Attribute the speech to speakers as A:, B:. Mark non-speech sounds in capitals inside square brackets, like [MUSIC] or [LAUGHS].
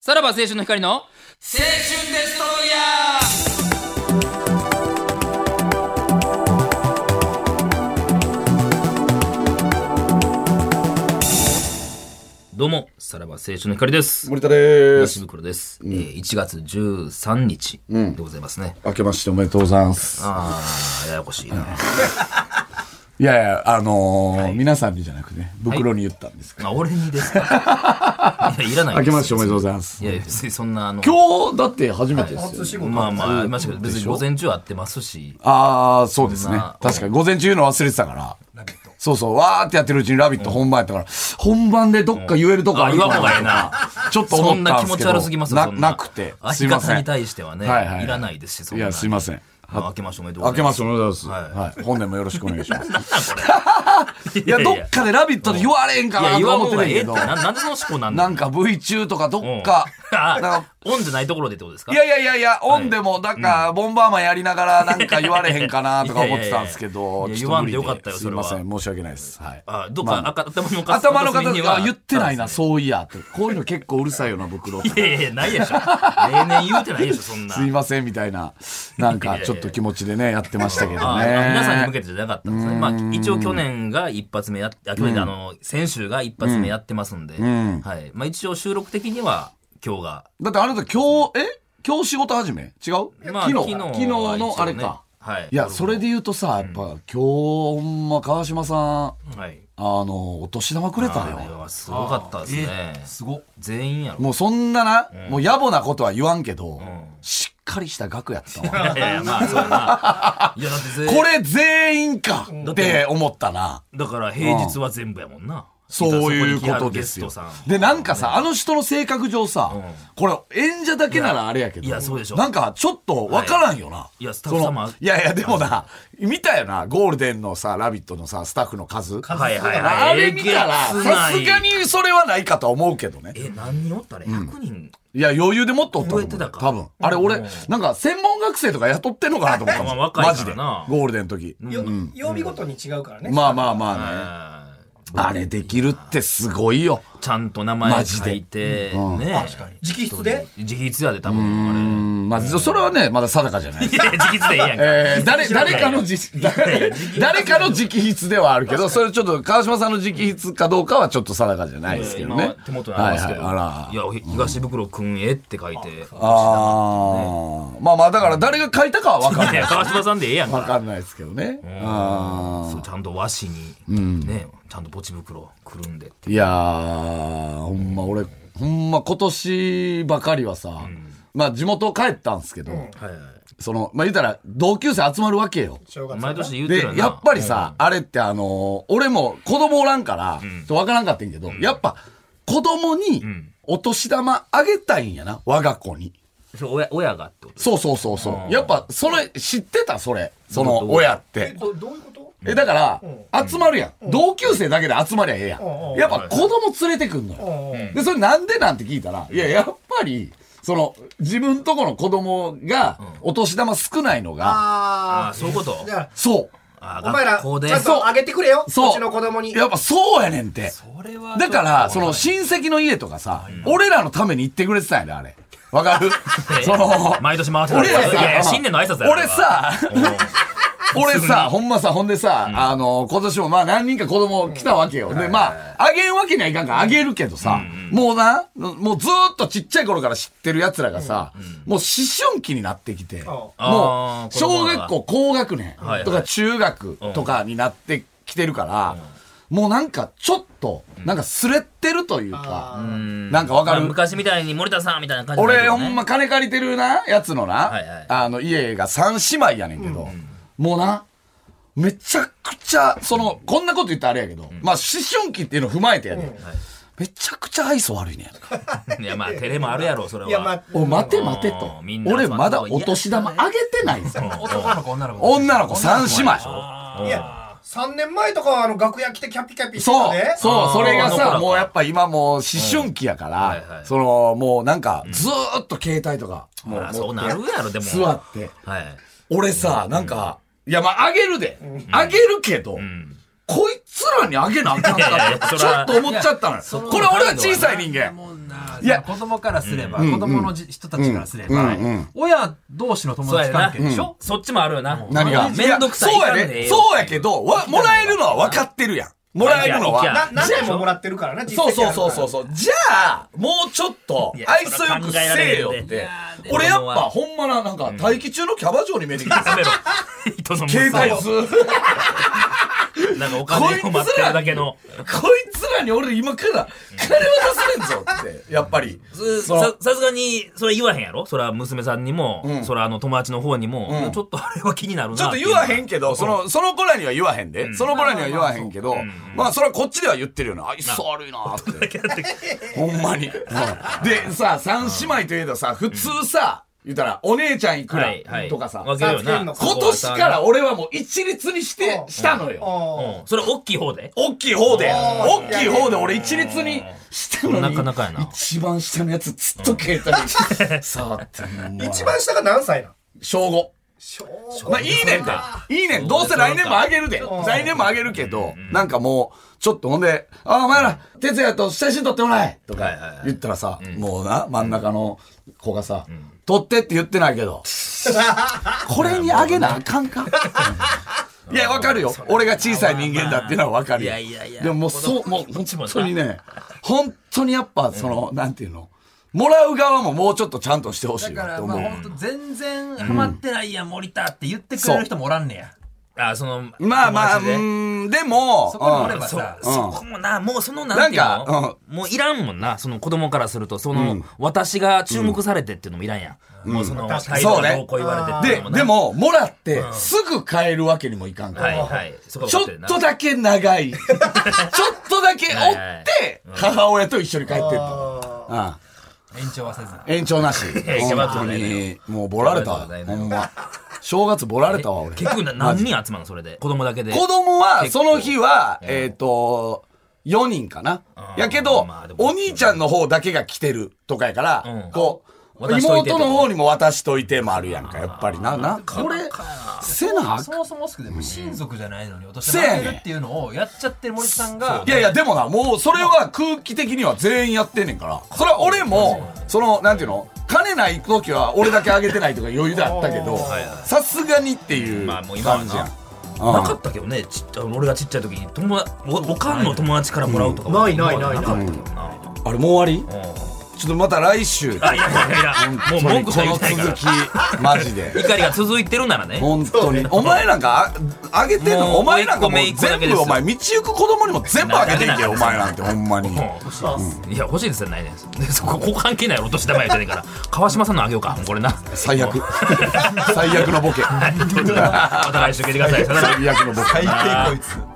A: さらば青春の光の青春デストロイヤーどうも、さらば青春の光です。
B: 森田で
A: 東
B: す。
A: 袋です、えー1月13日でございますね。
B: 明けましておめでとうございます。
A: ああ、ややこしいな。
B: いやいや、あのー皆さんにじゃなくね、袋に言ったんですけど、
A: あ、俺にですか
B: [LAUGHS]
A: いや、いらないです
B: 明けましておめでとうございます
A: い。や、別にそんな、あの、
B: 今日だって初めてですよ、ね。
A: まあまあ、ありましたけど、別に午前中会ってますし、
B: ああ、そうです
A: そん
B: ね
A: な。
B: 確かに午前中言うの忘れてたから。そうそう、わーってやってるうちにラビット本番やったから、本番でどっか言えるとこあるのか
A: うんあ言わんほうがえ
B: な。ちょっと思
A: そ
B: ったんですけど。
A: んな気持ち悪すぎますよ
B: な
A: そんな
B: なくて。
A: あ
B: すいま
A: 日
B: せ
A: 傘
B: ん。
A: に対してはねいらないですしそん
B: い
A: な
B: や、すいません。
A: まあ、明けましておめでとうござ
B: 明
A: い
B: けま
A: ま
B: し
A: す。
B: ておめでとうございます。
A: は
B: はい。本年もよろしくお願いします。
A: い
B: [LAUGHS] いや、どっかでラビットで言われんか
A: いや、
B: な
A: 言
B: と
A: わん
B: 思っ
A: ほう
B: てな
A: が
B: い
A: ええっ
B: け
A: て、な
B: ど。
A: なんでその思考なん
B: な
A: だ
B: んか V 中とかど
A: うん
B: っか、なん
A: あ
B: か、
A: [LAUGHS] オンじゃないところでってことですか
B: [LAUGHS] いやいやいやいや、オンでも、なんか、ボンバーマンやりながら、なんか言われへん
A: [LAUGHS]
B: かなとか思ってたんですけど、
A: いやいやいや
B: ちょっと無理
A: いや言わんでよかったよ
B: すいま
A: そ
B: せ
A: れ
B: ん、申し訳ないです。はい。
A: あどっ
B: ま
A: か、赤頭の片
B: 頭の
A: 片
B: 方
A: 隅に
B: が
A: は
B: あ言ってないな、
A: そう
B: そういや、って。こういうの結構うるさいよな、袋
A: [LAUGHS]
B: と
A: い
B: か。
A: やいやいや、ないでしょ。例年言うてないでしょ、そんな。
B: すいません、みたいな、なんか、ちょっと気持ちでね、やってましたけど
A: あ
B: ね。
A: 皆さんに向けてじゃなかったんですね。まあ、一応去年が一発目やっあ去年であの、先週が一発目やってますんで、
B: ん
A: はい。まあ一応収録的には今日が、
B: だってあなた今日、え今日仕事始め違う、
A: まあ
B: 昨日
A: は
B: 昨
A: 一応ね
B: 日のあれか。
A: はい。
B: いや、それで言うとさ、やっぱ、今日、ほんま、川島さん、あ
A: はい。
B: の、お年玉くれた
A: あれ
B: よ。
A: はすごかったですね。すご。全員やろ。
B: もうそんなな、もう野暮なことは言わんけど、
A: ん
B: しっかりした額やった
A: [LAUGHS]
B: わ。
A: いやいや、まあ、そうやな。いや、だって全員
B: これ全員かって思ったな。
A: だから平日は全部やもんな。
B: そういうことですよ
A: ゲストさ。ん
B: で、なんかさ、あの人の性格上さ、
A: ん
B: これ演者だけならあれやけど、
A: いやいやそうでしょ
B: なんかちょっとわからんよな。
A: いやスタッフ様
B: そのいやいや、でもな、見たよな、ゴールデンのさ、ラビットのさ、スタッフの数。
A: はいはいはい。
B: あれ見たら、
A: えげつな
B: さ
A: い
B: すが。にそれはないかとは思うけどね。
A: え、何人おったら ?100 人
B: いや、余裕でもっとおったと
A: 超えてた
B: 思う。
A: か
B: 多分。あれ、俺、なんか、専門学生とか雇ってんのかなと思ったもん。
A: まあ若いからな
B: マジで。ゴールデンの時。
C: よ曜日ごとに違うからね。
B: まあまあまあね。
A: あ
B: あれできるってすごいよ。
A: ーちゃんと名前書いて、ね。
C: 確かに。直筆で
A: 自筆やで多分、
B: うん、まあ、それはね、まだ定かじゃない
A: あ。れ。いや、自筆でええやんか。
B: えー誰、誰かの自、誰かの直筆ではあるけど、それちょっと、川島さんの直筆かどうかはちょっと定かじゃないですけど
A: 今
B: ね。
A: 手元にありますけど。
B: はいはいあら
A: いや、お東袋くんへって書いて。
B: ああ、まあまあ、だから誰が書いたかは分かん
A: い
B: ない
A: や、。川島さんでええやん
B: 分
A: か。
B: かんないですけどね。あ
A: そうちゃんと和紙に、ね、ちゃんとポチ袋くるんでって。
B: ーいやー、ほんま俺、ほんま今年ばかりはさ、まあ地元帰ったんですけど、
A: はいはい。
B: その、まあ言ったら同級生集まるわけよ。
C: 正月。
A: 毎年言うてる
B: で
A: よな、
B: やっぱりさ、あれってあのー俺も子供おらんから、わからんかったんやけど、やっぱ子供にお年玉あげたいんやな、我が子に。
A: それ親親がってこと
B: そうそうそうそう。やっぱ、それ、知ってたそれ。そ
A: どう
B: の、
A: どう
B: 親っ
C: え
B: て。
C: どどういうこと
B: え、だから、集まるやん。同級生だけで集まりゃええや
C: う
B: ん。
C: ん
B: やっぱ子供連れてくんのよ。
C: うんうん
B: で、それなんでなんて聞いたら、いや、やっぱり、その、自分とこの子供が、お年玉少ないのが、
A: あ
C: あ
A: あそういうこと
C: あ。じゃ
B: そ
A: あ
C: あ、
A: ー
C: お前ら、
A: 学
C: ち
A: 校で
C: ゃんとあげてくれよ。
B: う、そう。
C: うちの子供に。
B: やっぱそうやねんって。
A: それは
B: だから、その親戚の家とかさ、俺らのために行ってくれてたんやで、あれ。
A: [LAUGHS]
B: わかるその、
A: 毎年回ってた
B: 俺ら
A: いやいや
B: さ、
A: 新年の挨拶や
B: 俺さ、 [LAUGHS] 俺さ、ほんまさ、ほんでさ、あの、今年もまあ何人か子供来たわけよ。で、まあ、あげんわけにはいかんから、あげるけどさ、もうな、もうずーっとちっちゃい頃から知ってる奴らがさ、もう思春期になってきて、も
A: あー
B: う、小学校高学年
A: はいはい
B: とか中学とかになってきてるから、もうなんかちょっと、なんかすれてるという
C: あ
B: か、
C: ー
B: なんかわか
A: まあ
B: る
A: 昔みたいに森田さんみたいな感じじゃないけ
B: 俺、
A: ど
B: ほ
A: ね
B: んま金借りてるな、やつのな、
A: はいはい
B: あの、家が三姉妹やねんけど、もうな、めちゃくちゃ、その、こんなこと言ったらあれやけど、まあ、思春期っていうの踏まえてやで、めちゃくちゃ愛想悪いねん。
A: いやまあ照れもあるやろそれはい
C: や、まあ、
B: お、待て待てと
A: うんみん。な
B: 俺まだお年玉あげてないぞ。
D: 男の子女の子
B: 女の子三姉妹。
C: いや、3年前とかはあの楽屋来てキャピキャピして
B: そ
C: た
B: う
C: で。、
B: そ
A: あー
B: う、それが
A: あの頃
B: さ、
A: か
B: もうやっぱ今もう思春期やか
A: うんはいは
B: ら
A: い、
B: その、もうなんか、ずーっと携帯とか、も
A: まあそうなるやろでも
B: 座って。
A: はい
B: 俺さ、なんか、いや、まあ、あげるで。あげるけど、こいつらにあげなあかん
A: いやい
B: か
A: や
B: っ
A: そ
B: て、
A: ら
B: ちょっと思っちゃったのよ。
D: その
B: これ俺は小さい人間。
D: もんない
B: や
D: 子供からすれば、子供のじ人たちからすれば
B: うんうん、
D: 親同士の友
A: そうや
D: 達関
A: な。
D: 係
A: で
D: で
A: し
D: し
A: ょ
D: ょ
A: そっちもあるよな。
B: 何が
A: めんどくさい。
B: そうや
A: 行かんでえ
B: ね。
A: え
B: そうやけど、わ、もらえるのは分かってるやん。もらえるの
A: いやい
B: は
A: や。
C: な何年ももらってるからね、
B: そうそうそうそう
C: う。
B: そう。じゃあ、もうちょっと
A: い、や
B: 愛想よくせえよっ
A: それは考えられへ
B: て
A: んで。
B: 俺やっ
A: い
B: ぱ、
A: や
B: ほんまな、なんか、待機中のキャバ嬢に見
A: [LAUGHS]
B: えてきた。
A: やめろ。人の息
B: 携
A: 子
B: 帯
A: を
B: ず
A: なんかお金を待ってるだけの。
B: こいつらに俺今から金渡せんぞって、やっぱり。
A: す
B: そう
A: ささすがに、それ言わへんやろそれは娘さんにも、
B: ん
A: それはあの友達の方にも、ちょっとあれは気になるな
B: ちょっと言わへん
A: け
B: けど、その、その子らには言わへんで。その子らには言わへんけど、まあそれはこっちでは言ってるよな。あいつ悪いなーって。ほんまに。で、さ、三姉妹といえどさ、普通さ、言ったら、お姉ちゃんいくらとかさ、
A: 分
B: 今
A: けるよ
C: さつけん
A: な。
C: のか
B: 年から
A: うん。
B: 俺はもう一律にして
C: う、ん
B: したのよ。
C: うん
A: それ大きい方で。
B: 大きい方で、大
C: おー
B: きい方で俺一律にしたのに、
A: なかなかやな
B: 一番下のやつずっと携帯に触ってんの
C: 一番下が何歳なん
B: 小5。
C: 小
B: まあいいねんて。いいねん。どうせ来年もあげるで。
C: ん
B: 来年もあげるけど、なんかもう、ちょっとほんで、あ、お前ら、哲也と写真撮ってもらえと
A: はいはいは
B: か
A: い
B: 言ったらさ、もうな、真ん中の子がさ、撮ってって言ってないけ
A: [LAUGHS]
B: ど、これにあげなあかんかいや、わかるよ。俺が小さい人間だっていうのはわかるよ。
A: まあまあいやいやいや
B: でももうそう、もう
A: こっちも
B: 本
A: な
B: 当にね、本当にやっぱその、なんていうの、もらう側ももうちょっとちゃんとしてほし
D: だ
B: い
D: か
B: なって
D: ら、
B: 思
D: ま
B: う
D: あ。本当全然ハマってないやん、森田って言ってくれる人もおらんねや。
A: あ、その、
B: まあまあ、う
A: 友達で
B: ーん、でも、
D: そこにおれ
B: うん
D: ば
A: そ
D: さ、
A: そこもな、もうそのなんていう
B: なんか
A: のもういらんもんな、その子供からすると、その、私が注目されてっていうのもいらんやん。もうその、態度がどうこう言われてってい
B: で
A: うの、な
B: で、も、もらって、すぐ変えるわけにもいかんか
A: はい
B: ら。
A: はい。そこは
B: ちょ
A: 分か
B: って
A: るな
B: とだけ長い。ちょっとだけ追
A: はい
B: って、母親と一緒に帰ってった。うん
D: 延長はせず。
B: 延長なし。
A: やいや
B: 本当に、もうボラれた
A: キ
B: わ。
A: ャバ嬢だよ
B: ほんま。正月ボラれたわ、俺。子
A: 結局な何人集まるのそれで。子供だけで。
B: 供は、
A: 結構
B: その日は、えっと、4人かな。やけど
A: まあで、も
B: お兄ちゃんの方だけが来てるとかやから
A: うん、
B: こう、
A: 渡しといて
B: 妹の方にも渡しといてもあるやんか、やっぱりな、な、これ、せなあかん
D: そもそもすくでも親族じゃないのに、お年
B: せやねん
D: 玉あげるっていうのをやっちゃってる森田さん
B: う
D: が
B: んい、やいや、でもな、もうそれは空気的には全員やってんねんから。それは俺も、その、なんていうの金ない時は俺だけあげてないとか余裕であったけど、さすがにっていう
A: まあもう今は
B: 感
A: な
B: じやん。
A: なかったけどね、ちっ俺がちっちゃい時に友達おおかんの友達からもらうとか
C: ないないない
A: なかったけどな。
B: あれもう終わ
A: うん
B: りちょっとまた来週。
A: あいやいやいや、もう文句
B: こ
A: しか言
B: の
A: ってないから
B: 続。き、マジで。
A: 怒りが続いてるならね。
B: 本当に。お前なんかあ、あげてん
A: も
B: の
A: う
B: お前なんかもう
A: 一個目一個だ
B: 全
A: けです
B: 部
A: よ
B: お前、道行く子供にも全部あげてんけよ、お前なんて、ほんまに。
A: うんいや欲しいですよないですでそこここ関係ないお年玉やってないから川島さんのあげようかもうこれな
B: 最悪。最悪のボ
A: [LAUGHS]
B: ケ。
A: また来週聞いてくださいさよなら
B: 最悪のボケ。
D: 最低こいつ。